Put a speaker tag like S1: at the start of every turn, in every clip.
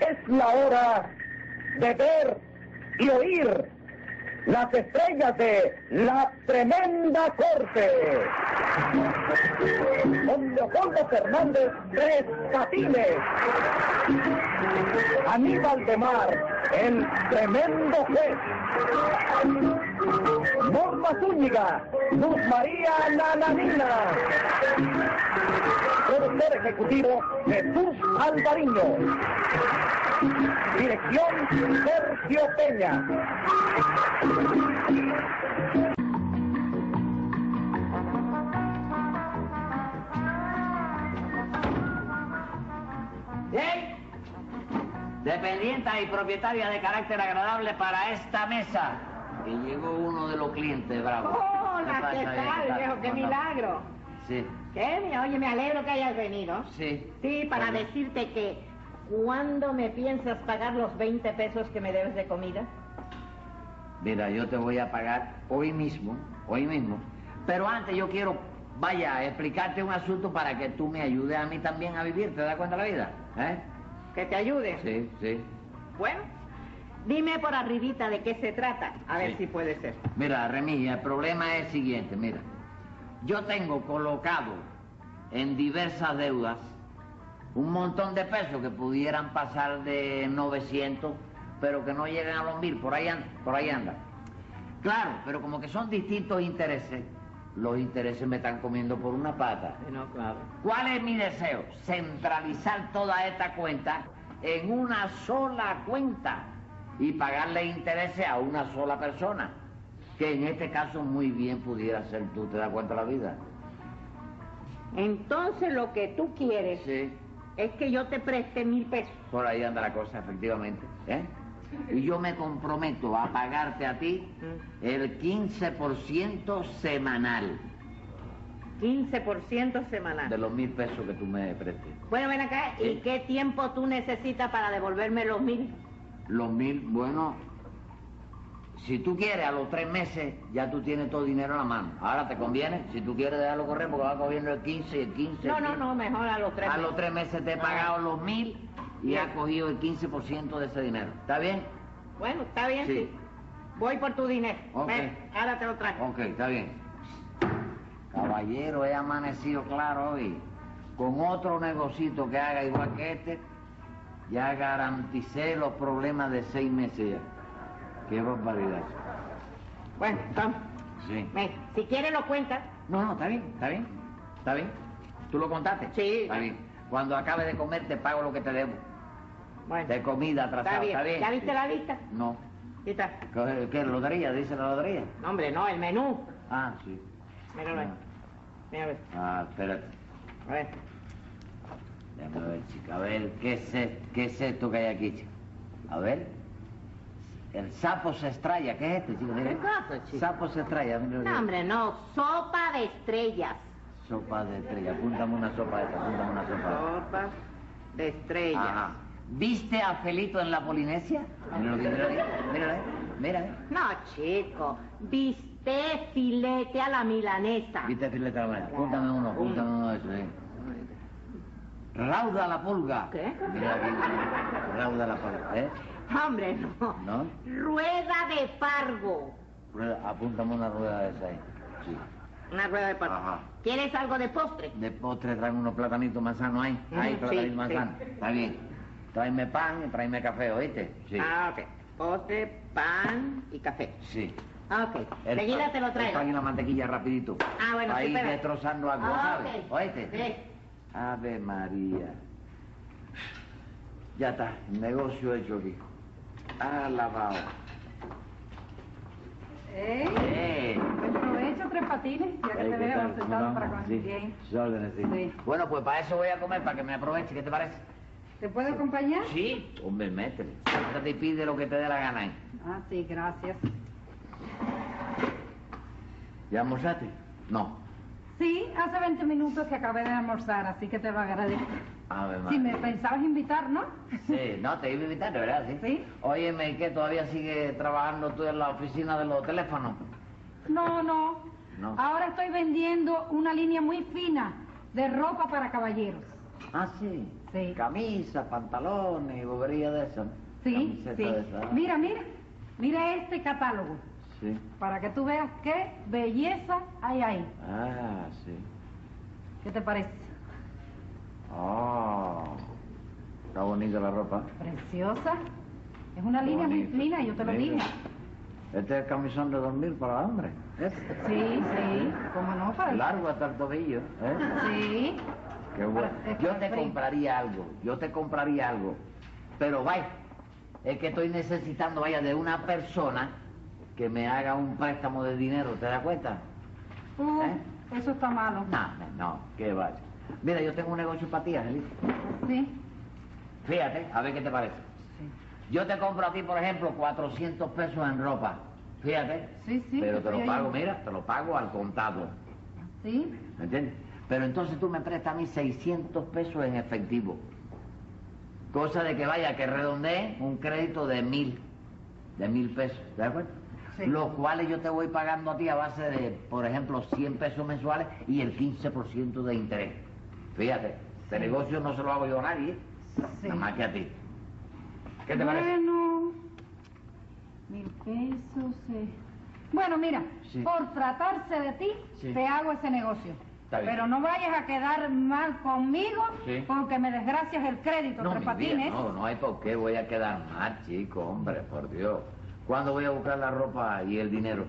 S1: es la hora de ver y oír las estrellas de la tremenda corte. Con Leopoldo Fernández Tres Patines. Aníbal de Mar, el tremendo juez. Norma Zúñiga, Luz María Nananina. Productor ejecutivo Jesús Alvariño. Dirección Sergio Peña.
S2: Ley, dependienta y propietaria de carácter agradable para esta mesa. Que llegó uno de los clientes, bravo.
S3: Hola, ¿qué
S2: pasa,
S3: tal,
S2: eh?
S3: viejo? ¡Qué
S2: ¿Cómo andamos?
S3: milagro!
S2: Sí,
S3: ¿Qué? mi- Oye, me alegro que hayas venido.
S2: sí.
S3: Sí, para
S2: Ajá.
S3: decirte que ¿cuándo me piensas pagar los 20 pesos que me debes de comida?
S2: Mira, yo te voy a pagar hoy mismo, hoy mismo. Pero antes yo quiero, vaya, explicarte un asunto para que tú me ayudes a mí también a vivir. ¿Te das cuenta de la vida? ¿Eh?
S3: Que te ayude.
S2: Sí, sí.
S3: Bueno, dime por arribita de qué se trata. A ver
S2: Sí.
S3: si puede ser.
S2: Mira, Remi, el problema es el siguiente, mira. Yo tengo colocado en diversas deudas un montón de pesos que pudieran pasar de 900, pero que no llegan a los mil, por ahí, an- por ahí anda. Claro, pero como que son distintos intereses, los intereses me están comiendo por una pata.
S3: No, claro.
S2: ¿Cuál es mi deseo? Centralizar toda esta cuenta en una sola cuenta y pagarle intereses a una sola persona, que en este caso muy bien pudiera ser tú, ¿te das cuenta la vida?
S3: Entonces lo que tú quieres
S2: Sí,
S3: es que yo te preste mil pesos.
S2: por ahí anda la cosa, efectivamente. ¿eh? Y yo me comprometo a pagarte a ti el 15% semanal
S3: 15% semanal.
S2: de los mil pesos que tú me prestes.
S3: Bueno, ven acá.
S2: Sí.
S3: ¿Y qué tiempo tú necesitas para devolverme los mil?
S2: Los mil, bueno, si tú quieres, a los tres meses ya tú tienes todo el dinero en la mano. Ahora te conviene, si tú quieres dejarlo correr, porque va cogiendo el 15 y el 15.
S3: No,
S2: el
S3: no,
S2: 15.
S3: no, mejor a los tres.
S2: A
S3: meses.
S2: los tres meses te he
S3: Ah.
S2: pagado los mil y
S3: Bien.
S2: has cogido el 15% de ese dinero. ¿Está bien?
S3: Bueno, está bien,
S2: Sí.
S3: sí. Voy por tu dinero.
S2: Ok.
S3: Ven, ahora te lo traigo.
S2: Ok, está bien. Caballero, he amanecido claro hoy. Con otro negocito que haga igual que este, ya garanticé los problemas de seis meses ya. Qué barbaridad.
S3: Bueno, toma.
S2: Sí.
S3: Ven, si quieres lo cuentas.
S2: No, no, está bien, está bien, está bien. ¿Tú lo contaste?
S3: Sí.
S2: Está bien. Cuando acabes de comer te pago lo que te debo.
S3: Bueno,
S2: De comida
S3: está
S2: atrasada,
S3: bien.
S2: ¿está bien?
S3: ¿Ya viste la lista?
S2: No.
S3: Aquí está.
S2: ¿Qué, qué, lotería? ¿Dice la lotería?
S3: No, hombre, no, el menú.
S2: Ah, sí.
S3: Míralo ahí. Míralo. ahí.
S2: Ah, espérate.
S3: A ver.
S2: Déjame ver, chica. A ver, ¿qué es, e- qué es esto que hay aquí, chica? A ver. El sapo se estrella. ¿Qué es este, chico? Mira.
S3: ¿Qué cosa, chico?
S2: Sapo se estrella. Mira, mira.
S3: No, hombre, no. Sopa de estrellas.
S2: Sopa de estrella. Apúntame una sopa de esta, apúntame una sopa de esta.
S3: Sopa de estrellas.
S2: Ajá. ¿Viste a Felito en la Polinesia? Míralo, aquí, míralo, aquí, míralo, ahí, míralo. ahí.
S3: No, chico. Viste filete a la milanesa.
S2: ¿Viste a Felito en la Polinesia? Púntame uno, púntame uno de esos, eh. Rauda la pulga.
S3: ¿Qué?
S2: Mira aquí, rauda la pulga, ¿eh?
S3: Hombre, no.
S2: ¿No?
S3: Rueda de pargo.
S2: Rueda- apúntame una rueda de esa ahí. Sí.
S3: Una rueda de pargo.
S2: Ajá.
S3: ¿Quieres algo de postre?
S2: De postre traen unos platanitos manzanos ahí. Ahí,
S3: Ujú,
S2: platanitos
S3: sí,
S2: manzanos. Está bien. Tráeme pan y tráeme café, ¿oíste? Sí.
S3: Ah, ok. Postre, pan y café.
S2: Sí.
S3: Ah, ok.
S2: El
S3: Seguida
S2: pan-
S3: te lo
S2: El pan y
S3: traigo.
S2: la mantequilla rapidito.
S3: Ah, bueno,
S2: Ahí
S3: sí, pero-
S2: destrozando algo,
S3: Ah,
S2: ¿sabes?
S3: ok.
S2: ¿Oíste?
S3: Sí.
S2: Ave María. Ya está, negocio hecho aquí. Alabado.
S4: ¡Ey! Pues
S2: Eh.
S4: Buen provecho, tres patines. Ya que
S2: Ey,
S4: te
S2: ¿qué
S4: veo
S2: tal? ¿Cómo
S4: sentado
S2: estamos?
S4: para comer.
S2: Sí,
S4: Bien.
S2: sus órdenes, sí.
S4: Sí.
S2: Bueno, pues para eso voy a comer, para que me aproveche, ¿qué te parece?
S4: ¿Te puedo acompañar?
S2: Sí. Hombre, métele. Siéntate y pide lo que te dé la gana ahí.
S4: Ah, sí, gracias.
S2: ¿Ya almorzaste? No.
S4: Sí, hace 20 minutos que acabé de almorzar, así que te lo agradezco.
S2: Ave María.
S4: Si me pensabas invitar, ¿no?
S2: Sí, no, te iba a invitar, de verdad, sí.
S4: Sí.
S2: Óyeme, ¿qué todavía sigue trabajando tú en la oficina de los teléfonos?
S4: No, no.
S2: No.
S4: Ahora estoy vendiendo una línea muy fina de ropa para caballeros.
S2: Ah, sí.
S4: Sí.
S2: Camisa, pantalones, bobería de esa. ¿no?
S4: Sí,
S2: Camiseta
S4: sí.
S2: de esa.
S4: Mira, mira. Mira este catálogo.
S2: Sí.
S4: Para que tú veas qué belleza hay ahí.
S2: Ah, sí.
S4: ¿Qué te parece?
S2: Ah, está bonita la ropa.
S4: Preciosa. Es una línea muy
S2: Bonita.
S4: fina, yo te lo
S2: Mira.
S4: dije.
S2: Este es el camisón de dormir para hambre.
S4: Sí, sí. ¿Cómo no? Para el-
S2: Largo hasta el tobillo. ¿eh?
S4: Sí.
S2: Qué bueno.
S4: Para- es
S2: Yo
S4: para
S2: te
S4: el frío.
S2: compraría algo, yo te compraría algo. Pero vaya, es que estoy necesitando, vaya, de una persona que me haga un préstamo de dinero, ¿te das cuenta?
S4: Uh,
S2: ¿Eh?
S4: Eso está malo.
S2: No, no, no, que vaya. Mira, yo tengo un negocio para ti, Angelita.
S4: Sí.
S2: Fíjate, a ver qué te parece.
S4: Sí.
S2: Yo te compro a ti, por ejemplo, 400 pesos en ropa. Fíjate.
S4: Sí, sí,
S2: Pero
S4: yo
S2: te
S4: estoy
S2: lo
S4: ahí.
S2: pago, mira, te lo pago al contado.
S4: Sí.
S2: ¿Me entiendes? Pero entonces tú me prestas a mí 600 pesos en efectivo. Cosa de que vaya, que redondee un crédito de mil. De mil pesos. ¿Te das cuenta?
S4: Sí.
S2: Los cuales yo te voy pagando a ti a base de, por ejemplo, 100 pesos mensuales y el 15% de interés. Fíjate, este negocio no se lo hago yo a nadie,
S4: Sí.
S2: nada más que a ti. ¿Qué te parece?
S4: bueno, mil pesos. eh. Bueno, mira,
S2: Sí.
S4: por tratarse de ti,
S2: Sí.
S4: te hago ese negocio.
S2: Está bien.
S4: Pero no vayas a quedar mal conmigo
S2: Sí.
S4: porque me desgracias el crédito,
S2: No,
S4: tres
S2: mi vida,
S4: patines.
S2: no, no hay por qué voy a quedar mal, chico, hombre, por Dios. ¿Cuándo voy a buscar la ropa y el dinero?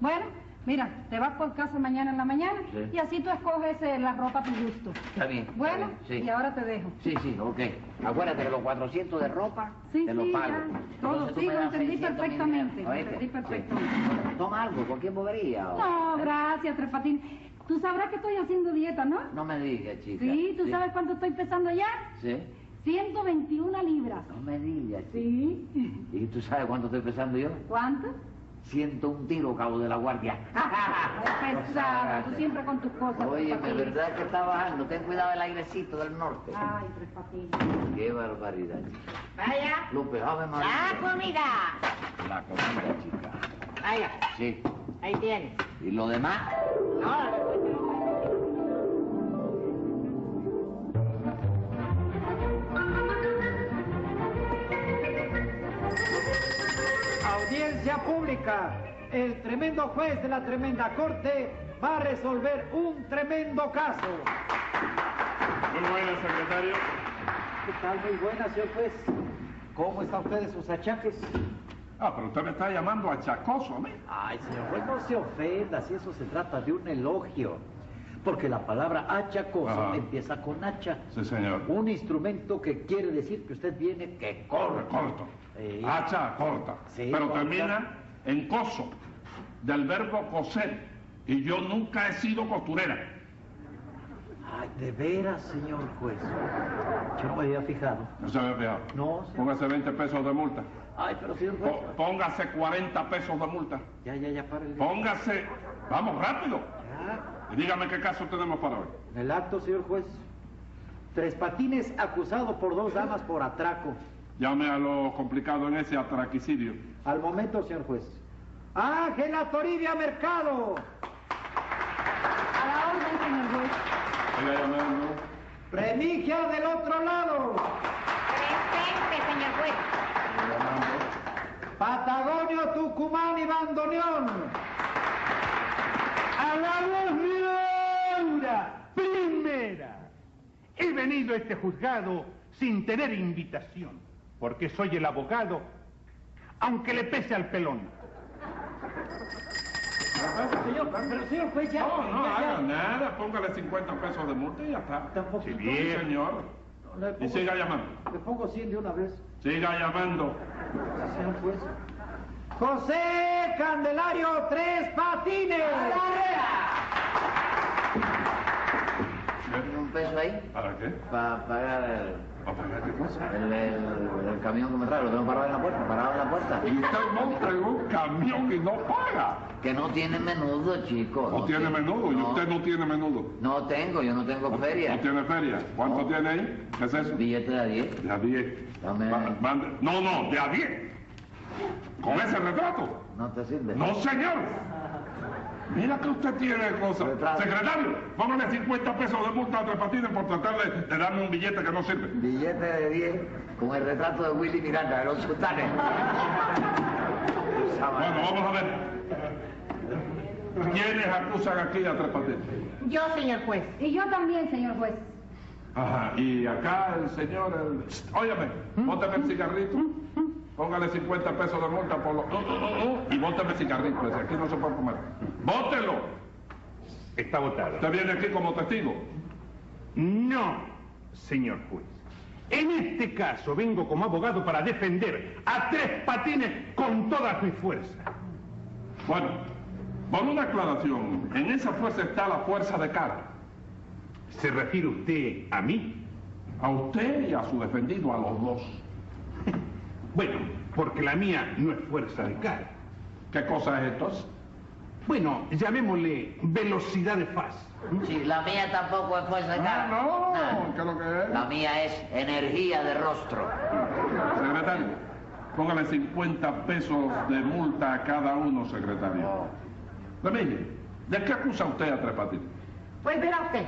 S4: Bueno, mira, te vas por casa mañana en la mañana
S2: Sí.
S4: y así tú escoges eh, la ropa a tu gusto.
S2: Está bien. está
S4: Bueno,
S2: bien, sí.
S4: y ahora te dejo.
S2: Sí, sí, ok. Acuérdate que los 400 de ropa
S4: Sí,
S2: te los
S4: sí,
S2: pago.
S4: ya.
S2: Entonces
S4: Todo,
S2: tú
S4: sí,
S2: me
S4: lo
S2: das
S4: entendí
S2: 600 mil
S4: perfectamente,
S2: dólares,
S4: lo
S2: ¿oíste?
S4: entendí perfectamente.
S2: Sí. Toma algo, cualquier bobería. o-
S4: No,
S2: ¿eh?
S4: gracias, tres patines. Tú sabrás que estoy haciendo dieta, ¿no?
S2: No me digas, chica.
S4: Sí, ¿tú sabes cuánto estoy pesando ya?
S2: Sí.
S4: 121 libras.
S2: No me digas, chica.
S4: Sí.
S2: ¿Y tú sabes cuánto estoy pesando yo?
S4: ¿Cuánto?
S2: Siento un tiro, cabo de la guardia.
S4: Pesada, pues, ah, tú siempre con tus cosas.
S2: Pues, Oye,
S4: Tres
S2: de
S4: Patines.
S2: verdad que está bajando. Ten cuidado del airecito del norte.
S4: Ay, tres patines.
S2: Qué barbaridad, chica.
S3: Vaya.
S2: Lupe, ave
S3: La
S4: Ah,
S2: María.
S3: comida.
S4: pues.
S2: La comida, chica.
S3: Vaya.
S2: Sí.
S3: Ahí tienes.
S2: ¿Y lo demás?
S3: No,
S5: Audiencia pública. El tremendo juez de la tremenda corte va a resolver un tremendo caso.
S6: Muy buenas, secretario.
S5: ¿Qué tal? Muy buena, señor juez. ¿Cómo está usted de sus achaques?
S6: Ah, pero usted me está llamando achacoso a mí.
S5: Ay, señor juez, no se ofenda si eso se trata de un elogio. Porque la palabra achacoso
S6: Ajá.
S5: empieza con hacha.
S6: Sí, señor.
S5: Un instrumento que quiere decir que usted viene que corre.
S6: Corto.
S5: Sí.
S6: Hacha corta.
S5: Sí,
S6: pero
S5: corta.
S6: termina en coso, del verbo coser. Y yo nunca he sido costurera.
S5: Ay, de veras, señor juez. Yo no me había fijado.
S6: No se había fijado.
S5: No, señor.
S6: Póngase 20 pesos de multa.
S5: Ay, pero señor juez.
S6: Po- póngase 40 pesos de multa.
S5: Ya, ya, ya, para el...
S6: Póngase. Vamos, rápido.
S5: Ya.
S6: Y dígame qué caso tenemos para hoy.
S5: En el acto, señor juez. Tres patines acusado por dos damas por atraco.
S6: Llame a lo complicado en ese atraquicidio.
S5: Al momento, señor juez. Ángela Toribia Mercado.
S4: A la orden, señor juez.
S6: Oiga, llame a uno.
S5: Prenigia del otro lado.
S3: Presente, señor juez.
S6: Llamando.
S5: Patagonio, Tucumán y Bandoneón.
S7: A la voz de la primera, he venido a este juzgado sin tener invitación, porque soy el abogado, aunque le pese al pelón.
S5: Señor, pero señor juez, ya.
S6: No, no
S5: ya, ya.
S6: haga nada, póngale 50 pesos de multa y ya está.
S5: Tampoco.
S6: Sí, bien. señor.
S5: No, le pongo-
S6: Y siga llamando.
S5: Le pongo 100 de una vez,
S6: Siga llamando.
S5: señor juez. José Candelario Tres Patines.
S2: ¿No tiene un peso ahí?
S6: ¿Para qué?
S2: Para pagar el,
S6: ¿Para pagar qué cosa?
S2: el- el- el camión que me trae. Lo tengo parado en la puerta, parado en la puerta.
S6: Y usted monta en un camión y no paga.
S2: Que no tiene menudo, chico.
S6: No tiene
S2: tengo.
S6: menudo, y
S2: No,
S6: usted no tiene menudo.
S2: no tengo, yo no tengo feria.
S6: No tiene feria. ¿Cuánto
S2: No.
S6: tiene ahí? ¿Qué es eso?
S2: Billete de a 10.
S6: De a 10.
S2: Dame-
S6: Ma- mande- No, no, de a 10. ¿Con ese retrato?
S2: No te sirve.
S6: No, señor. Mira que usted tiene cosas.
S2: Retrato.
S6: Secretario, póngale 50 pesos de multa a Tres Patines por tratar de, de darme un billete que no sirve.
S2: Billete de 10 con el retrato de Willy Miranda, de los sultanes.
S6: Bueno, vamos a ver. ¿Quiénes acusan aquí a Tres Patines?
S3: Yo, señor juez.
S4: Y yo también, señor juez.
S6: Ajá, y acá el señor, el... Psst, Óyeme, bótame el cigarrito, póngale 50 pesos de multa por lo... Uh, uh, uh, uh, y bótame el cigarrito, ese aquí no se puede comer. ¡Bótelo!
S7: Está votado.
S6: Usted viene aquí como testigo.
S7: No, señor juez. En este caso vengo como abogado para defender a tres patines con todas mis fuerzas.
S6: Bueno, por una aclaración, en esa fuerza está la fuerza de cara.
S7: ¿Se refiere usted a mí?
S6: A usted y a su defendido, a los dos.
S7: Bueno, porque la mía no es fuerza de cara.
S6: ¿Qué cosa es entonces?
S7: Bueno, llamémosle velocidad de faz.
S2: Sí, la mía tampoco es fuerza de cara.
S6: Ah, no, ¿qué es lo
S2: La
S6: que
S2: mía es energía de rostro.
S6: es? Secretario, póngale 50 pesos de multa a cada uno, secretario. Remille, ¿de qué acusa usted a Tres Patines?
S3: Pues verá usted,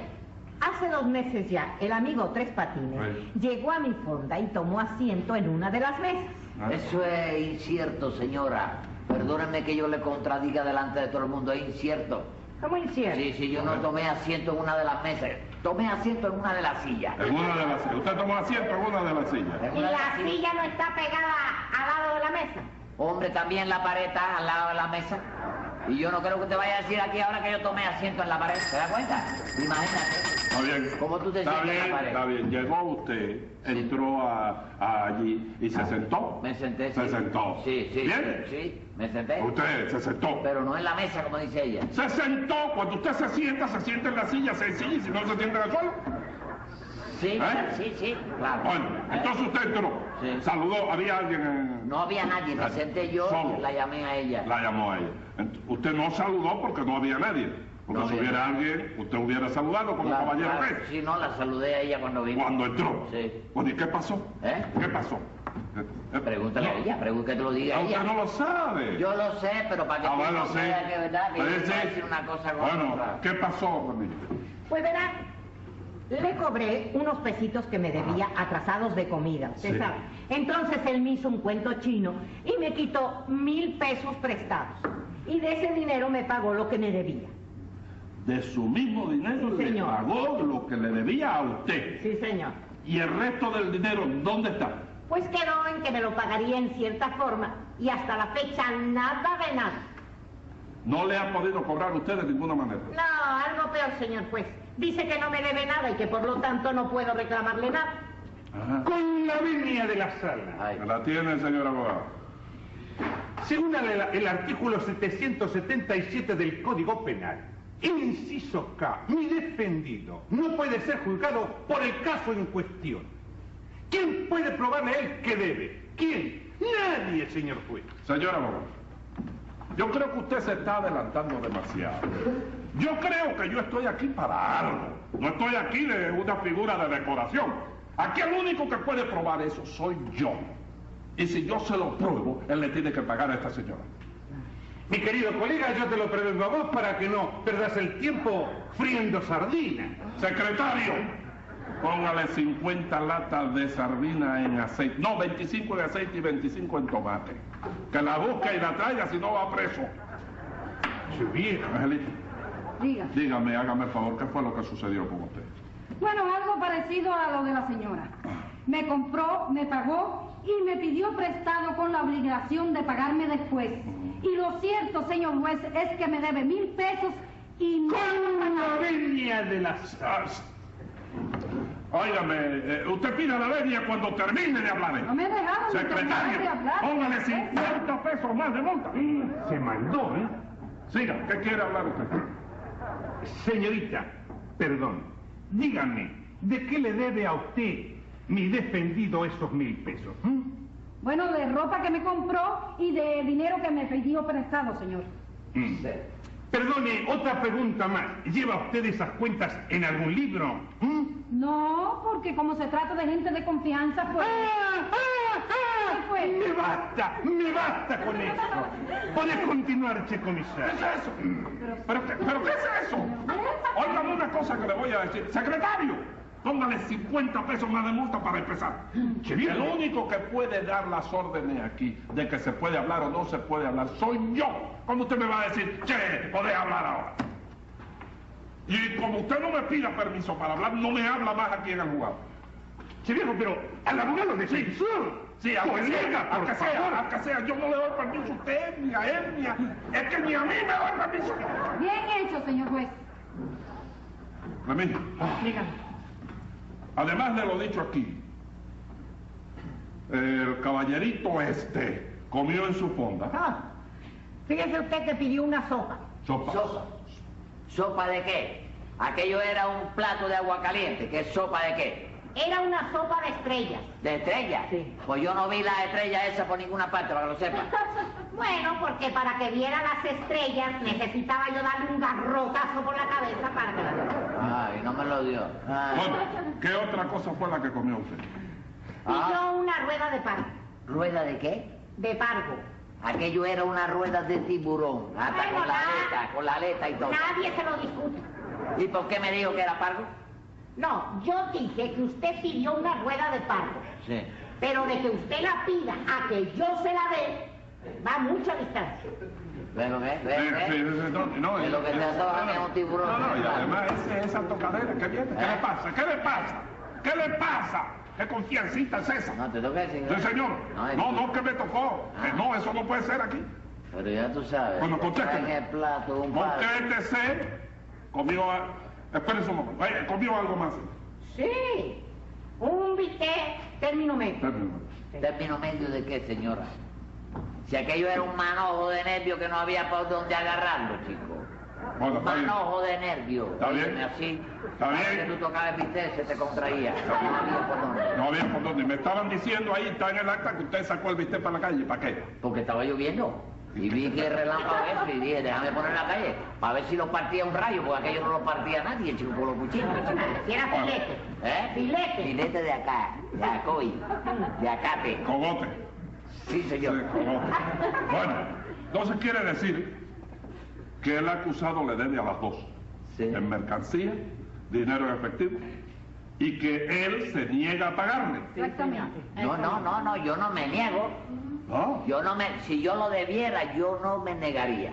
S3: hace dos meses ya, el amigo Tres Patines
S6: Sí.
S3: llegó a mi fonda y tomó asiento en una de las mesas.
S6: Ah.
S2: Eso es incierto, señora. Perdóneme que yo le contradiga delante de todo el mundo, es incierto.
S3: ¿Cómo hicieron?
S2: Sí, sí, yo no tomé asiento en una de las mesas, tomé asiento en una de las sillas.
S6: En una de las Usted tomó asiento en una de las sillas.
S2: En
S3: Y
S2: una de
S3: la
S2: las sillas.
S3: silla no está pegada al lado de la mesa.
S2: Hombre, también la pared está al lado de la mesa. Y yo no creo que te vaya a decir aquí ahora que yo tomé asiento en la pared. ¿Te das cuenta? Imagínate.
S6: Está bien.
S2: ¿Cómo tú te
S6: está
S2: sientas en la
S6: bien,
S2: pared?
S6: Está bien, llegó usted, entró a, a allí y se sentó.
S2: Ah. Me senté, sí.
S6: Se sentó.
S2: Sí, sí.
S6: ¿Bien?
S2: Sí, sí, me senté.
S6: Usted se sentó.
S2: Pero no en la mesa, como dice ella.
S6: Se sentó. Cuando usted se sienta, se sienta en la silla, sencilla, y si no se sienta en el suelo.
S2: Sí,
S6: ¿Eh?
S2: sí, sí, claro.
S6: Bueno,
S2: ¿Eh?
S6: entonces usted entró.
S2: Sí.
S6: Saludó, había alguien en...
S2: No había nadie, me
S6: Nadie.
S2: senté yo
S6: Solo.
S2: y la llamé a ella.
S6: La llamó a ella. Ent- usted no saludó porque no había nadie. Porque
S2: No
S6: si
S2: había
S6: hubiera alguien, usted hubiera saludado como
S2: Claro,
S6: caballero
S2: claro.
S6: que es.
S2: Sí, no, la saludé a ella cuando vino.
S6: pues. Cuando entró.
S2: Sí.
S6: Bueno, ¿y qué pasó?
S2: ¿Eh?
S6: ¿Qué pasó? Eh, eh,
S2: Pregúntale a
S6: no,
S2: ella, pregúntale que te lo diga
S6: ah,
S2: a
S6: Usted
S2: ella.
S6: no lo sabe.
S2: Yo lo sé, pero para que
S6: Ah,
S2: tú
S6: bueno,
S2: no
S6: sí.
S2: creas que es verdad que yo
S6: Eh,
S2: te voy a
S6: sí.
S2: decir una cosa con
S6: Bueno,
S2: otra.
S6: ¿qué pasó, Ramiro?
S3: Pues verá, le cobré unos pesitos que me debía atrasados de comida, usted
S6: Sí.
S3: sabe. Entonces él me hizo un cuento chino y me quitó mil pesos prestados. Y de ese dinero me pagó lo que me debía.
S6: De su mismo dinero
S3: Sí,
S6: le
S3: señor.
S6: pagó lo que le debía a usted.
S3: Sí, señor.
S6: ¿Y el resto del dinero dónde está?
S3: Pues quedó en que me lo pagaría en cierta forma y hasta la fecha nada de nada.
S6: No le ha podido cobrar usted de ninguna manera.
S3: No, algo peor, señor juez. Dice que no me debe nada y que por lo tanto no puedo reclamarle nada.
S6: Ajá.
S7: Con la venia de la sala.
S2: Ay,
S6: La tiene, señor abogado.
S7: Según el, el artículo 777 del Código Penal, inciso K, mi defendido no puede ser juzgado por el caso en cuestión. ¿Quién puede probarle a él que debe? ¿Quién? Nadie, señor juez.
S6: Señor abogado, yo creo que usted se está adelantando demasiado. Yo creo que yo estoy aquí para algo. No estoy aquí de una figura de decoración. Aquí el único que puede probar eso soy yo. Y si yo se lo pruebo, él le tiene que pagar a esta señora.
S7: Mi querido colega, yo te lo prevengo a vos para que no perdas el tiempo friendo sardinas.
S6: Secretario, póngale 50 latas de sardina en aceite. No, 25 en aceite y 25 en tomate. Que la busque y la traiga, si no va preso.
S7: Che, viejo.
S6: Angelita,
S4: Diga.
S6: dígame, hágame el favor, ¿qué fue lo que sucedió con usted?
S4: Bueno, algo parecido a lo de la señora. Me compró, me pagó y me pidió prestado con la obligación de pagarme después. Y lo cierto, señor juez, es que me debe mil pesos y no...
S7: Con la venia de la
S6: Ah,
S7: sala.
S6: s- Óigame, eh, usted pida la venia cuando termine de hablar. eh.
S4: No me dejaron ni terminar de
S6: Secretario,
S4: hablar. ¿Eh?
S6: póngale
S4: señor juez.
S6: 50 pesos más de multa.
S7: ¿Eh? Se mandó, ¿eh?
S6: Siga, ¿qué quiere hablar usted?
S7: Señorita, perdón, dígame, ¿de qué le debe a usted mi defendido esos mil pesos? ¿Mm? ¿m?
S4: Bueno, de ropa que me compró y de dinero que me pidió prestado, señor.
S7: Mm. Perdone, otra pregunta más. ¿Lleva usted esas cuentas en algún libro? ¿Mm? ¿m?
S4: No, porque como se trata de gente de confianza, pues...
S7: ¡Ah, ah, ah!
S4: fue?
S7: Me basta, me basta con eso. Podés continuar, che
S6: ¿Qué
S7: comisario.
S6: es eso? ¿Pero qué, pero qué es eso? Óigame una cosa que le voy a decir. Secretario, póngale 50 pesos más de multa para empezar. El único que puede dar las órdenes aquí de que se puede hablar o no se puede hablar soy yo. ¿Cómo usted me va a decir, che, podés hablar ahora? Y como usted no me pida permiso para hablar, no me habla más aquí en el jugado.
S7: Che viejo, pero al abogado le censura.
S6: Sí, aunque sea,
S7: Colega, por
S6: aunque
S7: favor.
S6: sea, aunque sea, yo no le doy permiso a usted, ni a él, ni a... Es que ni a mí me doy permiso.
S4: Bien hecho, señor juez.
S6: Remigio. Además de lo dicho aquí, el caballerito este comió en su fonda.
S3: Ah, Fíjese usted que pidió una sopa.
S6: Sopa.
S2: Sopa. ¿Sopa de qué? Aquello era un plato de agua caliente. ¿Qué es sopa de qué?
S3: Era una sopa de estrellas.
S2: ¿De estrella?
S3: Sí.
S2: Pues yo no vi la estrella esa por ninguna parte, para que lo sepa.
S3: Bueno, porque para que viera las estrellas necesitaba yo darle un garrotazo por la cabeza para que la
S2: Ay, no me lo dio. Ay.
S6: Bueno, ¿qué otra cosa fue la que comió usted?
S2: Ah.
S3: Pidió una rueda de pargo.
S2: ¿Rueda de qué?
S3: De pargo.
S2: Aquello era una rueda de tiburón. Hasta
S3: Bueno,
S2: con la
S3: nada.
S2: aleta, con la aleta y todo.
S3: Nadie se lo discute.
S2: ¿Y por qué me dijo que era pargo?
S3: No, yo dije que usted pidió una rueda de pargo.
S2: Sí.
S3: Pero de que usted la pida a que yo se la dé, va mucha distancia.
S2: ¿Ves lo que es? ¿Ves
S6: Eh,
S2: lo que es?
S6: sí, sí, no, no,
S2: De lo que
S6: eh,
S2: se antoja que es un tiburón.
S6: No, no, y además ese- esa tocadera que viene. ¿Qué
S2: ¿Eh?
S6: le pasa? ¿Qué le pasa? ¿Qué le pasa? ¿Qué confiancita es esa?
S2: No, te toca decir.
S6: Sí, señor.
S2: es- Ah.
S6: No, no, que me tocó. Eh, no, eso no puede ser aquí.
S2: Pero ya tú sabes.
S6: Bueno,
S2: te traen
S6: contéstame.
S2: el plato, un
S6: Porque
S2: par.
S6: este ser comió... a- Espérense un momento. Eh, comió algo más.
S3: Sí. Un bistec término medio.
S6: Espérense un momento.
S2: ¿Término medio de qué, señora? Si aquello era un manojo de nervio que no había por dónde agarrarlo, chico.
S6: Bueno,
S2: Un
S6: está bien.
S2: manojo de nervio.
S6: Está bien.
S2: Óyeme, Así.
S6: Está
S2: así
S6: bien.
S2: Que tú tocabas el bistec, se te contraía. No había por dónde.
S6: No había por dónde. Me estaban diciendo ahí, está en el acta, que usted sacó el bistec para la calle. ¿Para qué?
S2: Porque estaba lloviendo. Y vi que relámpago eso y dije, déjame poner en la calle para ver si lo partía un rayo, porque aquello no lo partía nadie, chico, con los cuchillos. chico.
S3: Si era
S6: Bueno.
S3: filete.
S2: ¿Eh?
S3: Filete.
S2: Filete de acá, de acoy, de acate.
S6: Cogote.
S2: Sí,
S6: Sí,
S2: señor.
S6: cogote. Bueno, entonces quiere decir que el acusado le debe a las dos.
S2: Sí.
S6: En mercancía, dinero en efectivo, y que él se niega a pagarle.
S4: Exactamente.
S2: No, no, no, no, yo no me niego.
S6: ¿No?
S2: Yo no me, si yo lo debiera, yo no me negaría.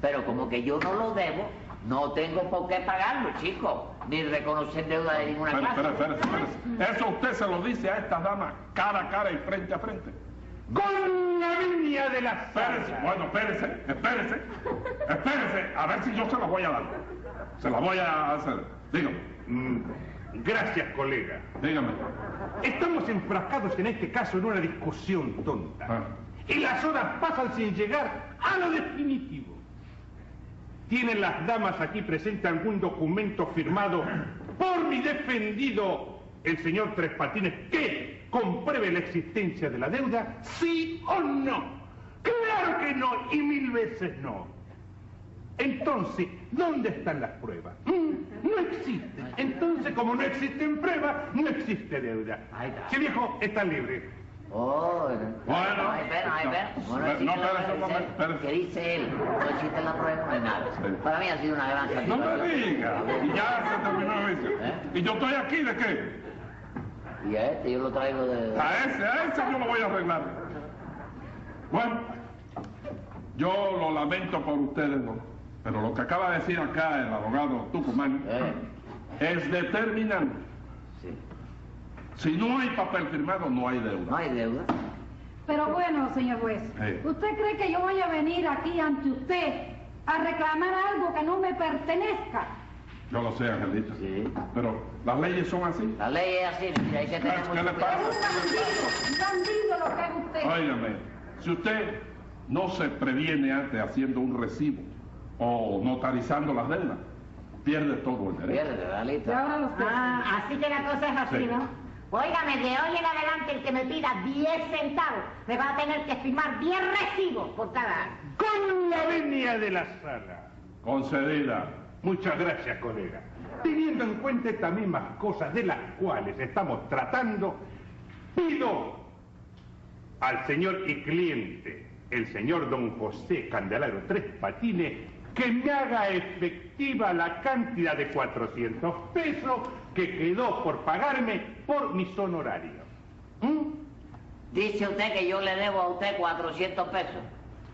S2: Pero como que yo no lo debo, no tengo por qué pagarlo, chico, ni reconocer deuda de ninguna
S6: Espera, espera,
S2: clase.
S6: espera, espera. Eso usted se lo dice a estas damas cara a cara y frente a frente.
S7: Con la viña de la
S6: Espérese,
S7: salsa.
S6: bueno, espérese, espérese, espérese, a ver si yo se la voy a dar. Se la voy a hacer. Dígame,
S7: Mm, Gracias, colega.
S6: dígame.
S7: Estamos enfrascados en este caso en una discusión tonta.
S6: Ah.
S7: Y las horas pasan sin llegar a lo definitivo. ¿Tienen las damas aquí presente algún documento firmado por mi defendido, el señor Tres Patines, que compruebe la existencia de la deuda? ¿Sí o no? Claro que no y mil veces no. Entonces, ¿dónde están las pruebas? Mm, No existen. Entonces, como no existen pruebas, no existe deuda.
S2: Ahí está.
S7: Sí, viejo, está libre.
S2: Oh,
S6: Bueno,
S2: ay, espera, ay, espera.
S6: no,
S2: Bueno,
S6: no,
S2: existe la
S6: espérese,
S2: prueba,
S6: no,
S2: dice-
S6: espérese.
S2: que dice él, no existe la prueba, no hay nada.
S6: Sí.
S2: Para mí ha sido una gran
S6: No
S2: satisfacción.
S6: me diga. Y ya se terminó el vicio.
S2: ¿Eh?
S6: ¿Y yo estoy aquí de qué?
S2: Y a este yo lo traigo de...
S6: A ese, a ese yo lo voy a arreglar. Bueno, yo lo lamento por ustedes dos, pero lo que acaba de decir acá el abogado Tucumán
S2: Eh,
S6: es determinante.
S2: sí.
S6: Si no hay papel firmado, no hay
S2: No
S6: deuda.
S2: hay deuda.
S4: Pero bueno, señor juez,
S6: Sí.
S4: ¿usted cree que yo voy a venir aquí ante usted a reclamar algo que no me pertenezca?
S6: Yo lo sé, Angelito.
S2: Sí.
S6: Pero las leyes son así.
S2: La ley es así, mira, hay que tener
S6: ¿Qué
S2: mucho
S6: le
S2: cuidado.
S4: Es un bandido, un bandido lo que es usted.
S6: Óigame, si usted no se previene antes haciendo un recibo o notarizando las deudas, pierde todo el derecho.
S2: Pierde, la
S4: Y
S2: lista.
S4: ahora los
S3: Ah, así que la cosa es así,
S6: Sí.
S3: ¿no? Óigame, de hoy en adelante el que me pida 10 centavos me va a tener que firmar 10 recibos por cada año.
S7: Con la venia de la sala.
S6: Concedida.
S7: Muchas gracias, colega. Teniendo en cuenta estas mismas cosas de las cuales estamos tratando, pido al señor y cliente, el señor don José Candelaro Tres Patines, que me haga efectiva la cantidad de 400 pesos que quedó por pagarme por mis honorarios. ¿Mm?
S2: Dice usted que yo le debo a usted 400 pesos.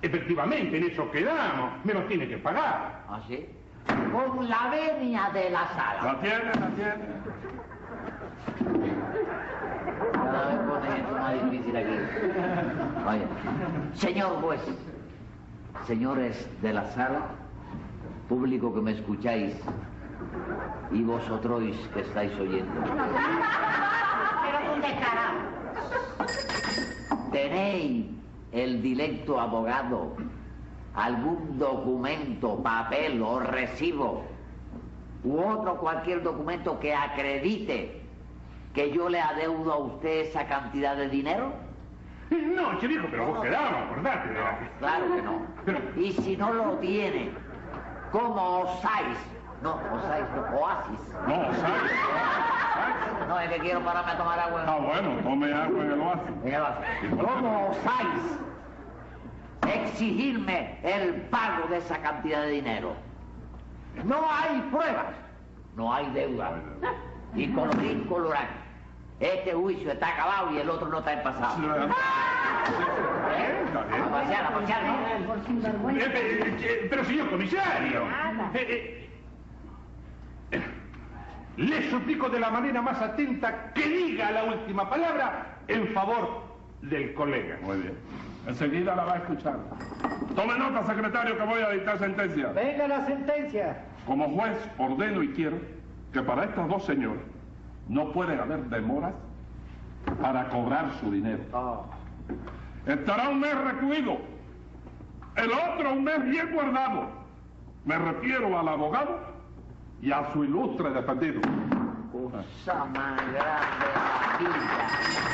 S7: Efectivamente, en eso quedamos, me los tiene que pagar.
S2: ¿Ah, sí? Con la venia de la sala.
S6: La tiene, la tiene.
S2: Cada vez ponen esto más difícil aquí. Vaya. Señor juez, señores de la sala, público que me escucháis y vosotros que estáis oyendo,
S3: Pero es un descarado.
S2: ¿tenéis el directo abogado algún documento, papel o recibo u otro cualquier documento que acredite que yo le adeudo a usted esa cantidad de dinero?
S7: No, chico, pero vos quedamos, acordate. de la-
S2: Claro que no. Y si no lo tiene, ¿cómo osáis? No, osáis, no, oasis. ¿Eh?
S6: No, ¿sabes? ¿Sabes?
S2: No, es que quiero pararme a tomar agua.
S6: Ah, bueno, tome agua en el oasis.
S2: En el oasis. ¿Cómo osáis exigirme el pago de esa cantidad de dinero? No hay pruebas, no hay deuda. Y colorín colorán. Este juicio está acabado y el otro no está en pasado.
S6: ¿Eh? Está bien.
S2: A pasear, a pasear, ¿no?
S4: Por sinvergüenza.
S7: Eh, pe- eh, eh, pero señor comisario.
S4: Nada.
S7: Eh, eh, eh, le suplico de la manera más atenta que diga la última palabra en favor del colega.
S6: Muy bien. Enseguida la va a escuchar. Tome nota, secretario, que voy a dictar sentencia.
S5: Venga la sentencia.
S6: Como juez, ordeno y quiero que para estas dos señoras no pueden haber demoras para cobrar su dinero. Estará un mes recluido, el otro un mes bien guardado. Me refiero al abogado y a su ilustre defendido.
S2: Cosa más grande de la vida.